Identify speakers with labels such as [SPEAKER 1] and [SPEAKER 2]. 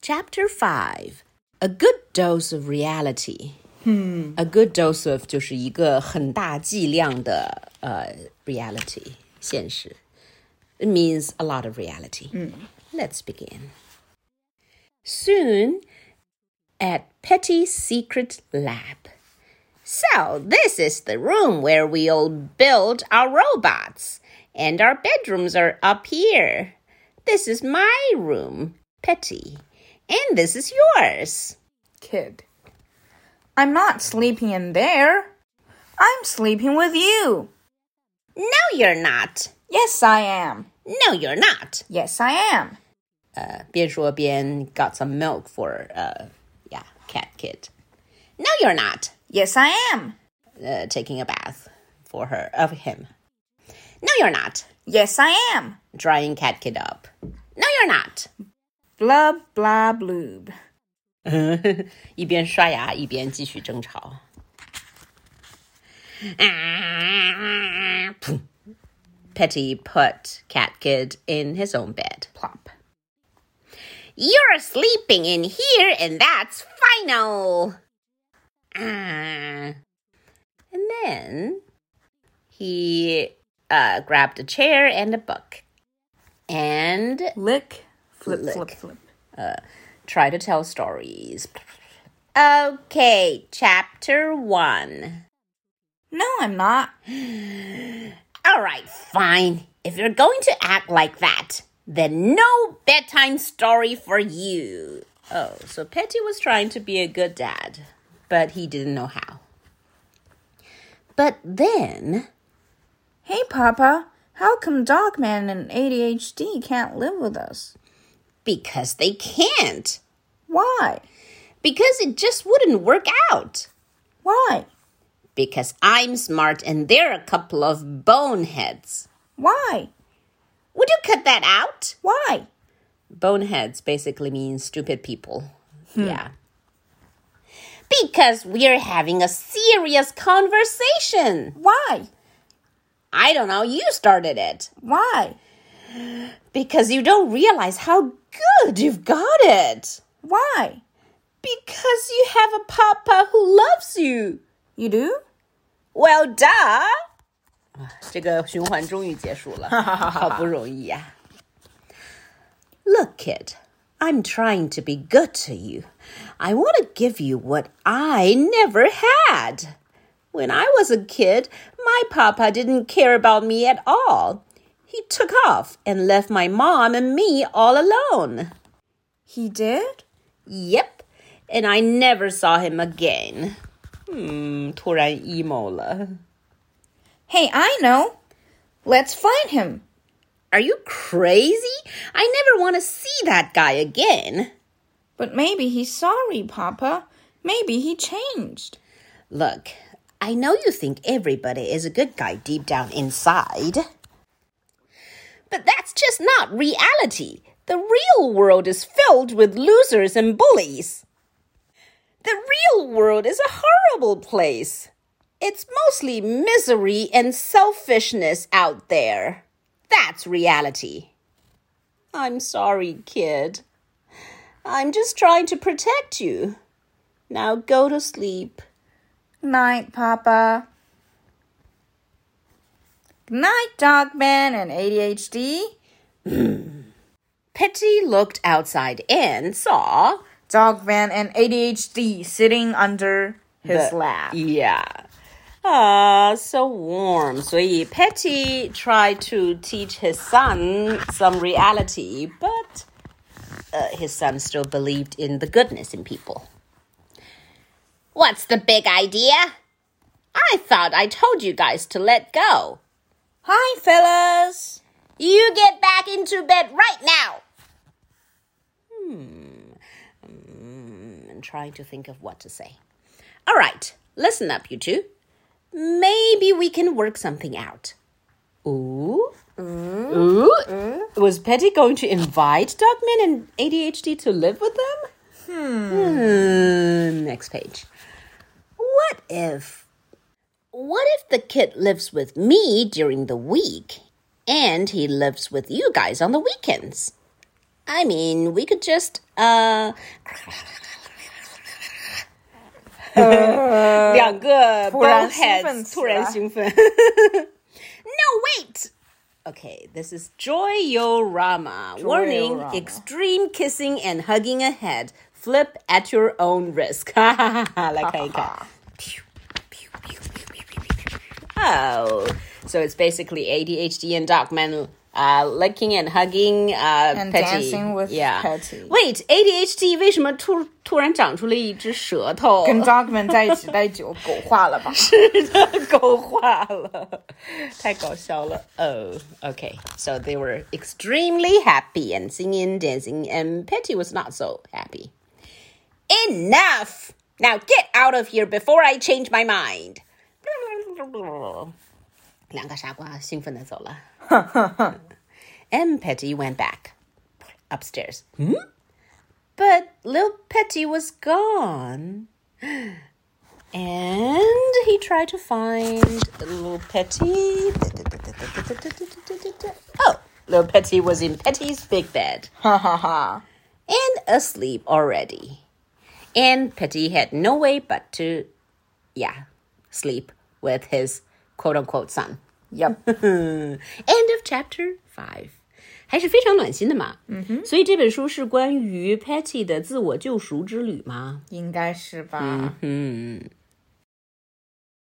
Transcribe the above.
[SPEAKER 1] Chapter 5 A Good Dose of Reality. Hmm. A good dose of 就是一个很大剂量的呃、reality 现实。It means a lot of reality. Let's begin. Soon at Petty Secret Lab. So, this is the room where we'll build our robots. And our bedrooms are up here. This is my room, Petty. And this is yours.
[SPEAKER 2] Kid. I'm not sleeping in there. I'm sleeping with you.
[SPEAKER 1] No, you're not.
[SPEAKER 2] Yes, I am.
[SPEAKER 1] No, you're not.
[SPEAKER 2] Yes, I am.
[SPEAKER 1] Uh, 边说边 got some milk for, uh, yeah, cat kid. No, you're not.
[SPEAKER 2] Yes, I am.
[SPEAKER 1] Uh, taking a bath for her, of him. No, you're not.
[SPEAKER 2] Yes, I am.
[SPEAKER 1] Drying cat kid up. No, you're not.
[SPEAKER 2] Blah, blah, bloob.
[SPEAKER 1] 一边刷牙一边继续争吵。 啊噗 Petty put Cat Kid in his own bed. Plop. You're sleeping in here, and that's final. Ah. And then he uh, grabbed a chair and a book and
[SPEAKER 2] Lick, flip,
[SPEAKER 1] Lick.
[SPEAKER 2] flip, flip.
[SPEAKER 1] try to tell stories. Okay, chapter one.
[SPEAKER 2] No, I'm not.
[SPEAKER 1] All right, fine. If you're going to act like that, then no bedtime story for you. Oh, so Petty was trying to be a good dad, but he didn't know how. But then,
[SPEAKER 2] Hey, Papa, how come Dogman and ADHD can't live with us?
[SPEAKER 1] because they can't,
[SPEAKER 2] Why?
[SPEAKER 1] because it just wouldn't work out.
[SPEAKER 2] Why?
[SPEAKER 1] Because I'm smart and they're a couple of boneheads.
[SPEAKER 2] Why?
[SPEAKER 1] Would you cut that out?
[SPEAKER 2] Why?
[SPEAKER 1] boneheads basically means stupid people. Yeah. Because we're having a serious conversation.
[SPEAKER 2] Why?
[SPEAKER 1] I don't know, you started it.
[SPEAKER 2] Why?
[SPEAKER 1] Because you don't realize how good you've got it.
[SPEAKER 2] Why?
[SPEAKER 1] Because you have a papa who loves you.
[SPEAKER 2] You do?
[SPEAKER 1] Well, duh. 这个循环终于结束了，好不容易呀、啊。Look, kid, I'm trying to be good to you. I want to give you what I never had. When I was a kid, my papa didn't care about me at all. He took off and left my mom and me all alone.
[SPEAKER 2] He did?
[SPEAKER 1] Yep, and I never saw him again. Hmm, 嗯，突然 emo 了。
[SPEAKER 2] Hey, I know. Let's find him.
[SPEAKER 1] Are you crazy? I never want to see that guy again.
[SPEAKER 2] But maybe he's sorry, Papa. Maybe he changed.
[SPEAKER 1] Look, I know you think everybody is a good guy deep down inside. But that's just not reality. The real world is filled with losers and bullies. The real world is a horrible place. It's mostly misery and selfishness out there. That's reality. I'm sorry, kid. I'm just trying to protect you. Now go to sleep.
[SPEAKER 2] Night, Papa. Night, Dogman and ADHD.
[SPEAKER 1] Petty looked outside and saw
[SPEAKER 2] Dogman and ADHD sitting under his lap.
[SPEAKER 1] Yeah. Ah, so warm. So Petty tried to teach his son some reality, but uh, his son still believed in the goodness in people. What's the big idea? I thought I told you guys to let go.
[SPEAKER 2] Hi, fellas.
[SPEAKER 1] You get back into bed right now. Hmm. I'm trying to think of what to say. All right, listen up, you two. Maybe we can work something out. Ooh. Ooh. Was Petty going to invite Dogman and ADHD to live with them? Hmm. Next page. What if what if the kid lives with me during the week and he lives with you guys on the weekends? I mean, we could just, uh. 两个 bowheads
[SPEAKER 2] 突然兴奋
[SPEAKER 1] 突
[SPEAKER 2] 起来。
[SPEAKER 1] 然兴奋。no, wait! Okay, this is Joyorama. Warning
[SPEAKER 2] Joyorama.
[SPEAKER 1] extreme kissing and hugging ahead. Flip at your own risk. 来看一看。Oh, so it's basically ADHD and Doc Man uh, licking and hugging uh,
[SPEAKER 2] And
[SPEAKER 1] Petty.
[SPEAKER 2] dancing with
[SPEAKER 1] yeah.
[SPEAKER 2] Petty.
[SPEAKER 1] Wait, ADHD 为什么突突然长出了一只舌头？
[SPEAKER 2] 跟 Dogman 在一起待久，狗化了吧？
[SPEAKER 1] 狗化了，太搞笑了。Oh, okay. So they were extremely happy and singing, dancing, and Petty was not so happy. Enough! Now get out of here before I change my mind. 两个傻瓜兴奋地走了。and Petty went back upstairs. Hmm? But little Petty was gone. And he tried to find little Petty. Oh, little Petty was in Petty's big bed
[SPEAKER 2] 哈哈哈！
[SPEAKER 1] and asleep already. And Petty had no way but to, yeah, sleep with his quote unquote son.
[SPEAKER 2] 呀，
[SPEAKER 1] End of chapter five，还是非常暖心的嘛。嗯哼，所以这本书是关于 Patty 的自我救赎之旅吗？
[SPEAKER 2] 应该是吧？
[SPEAKER 1] 嗯，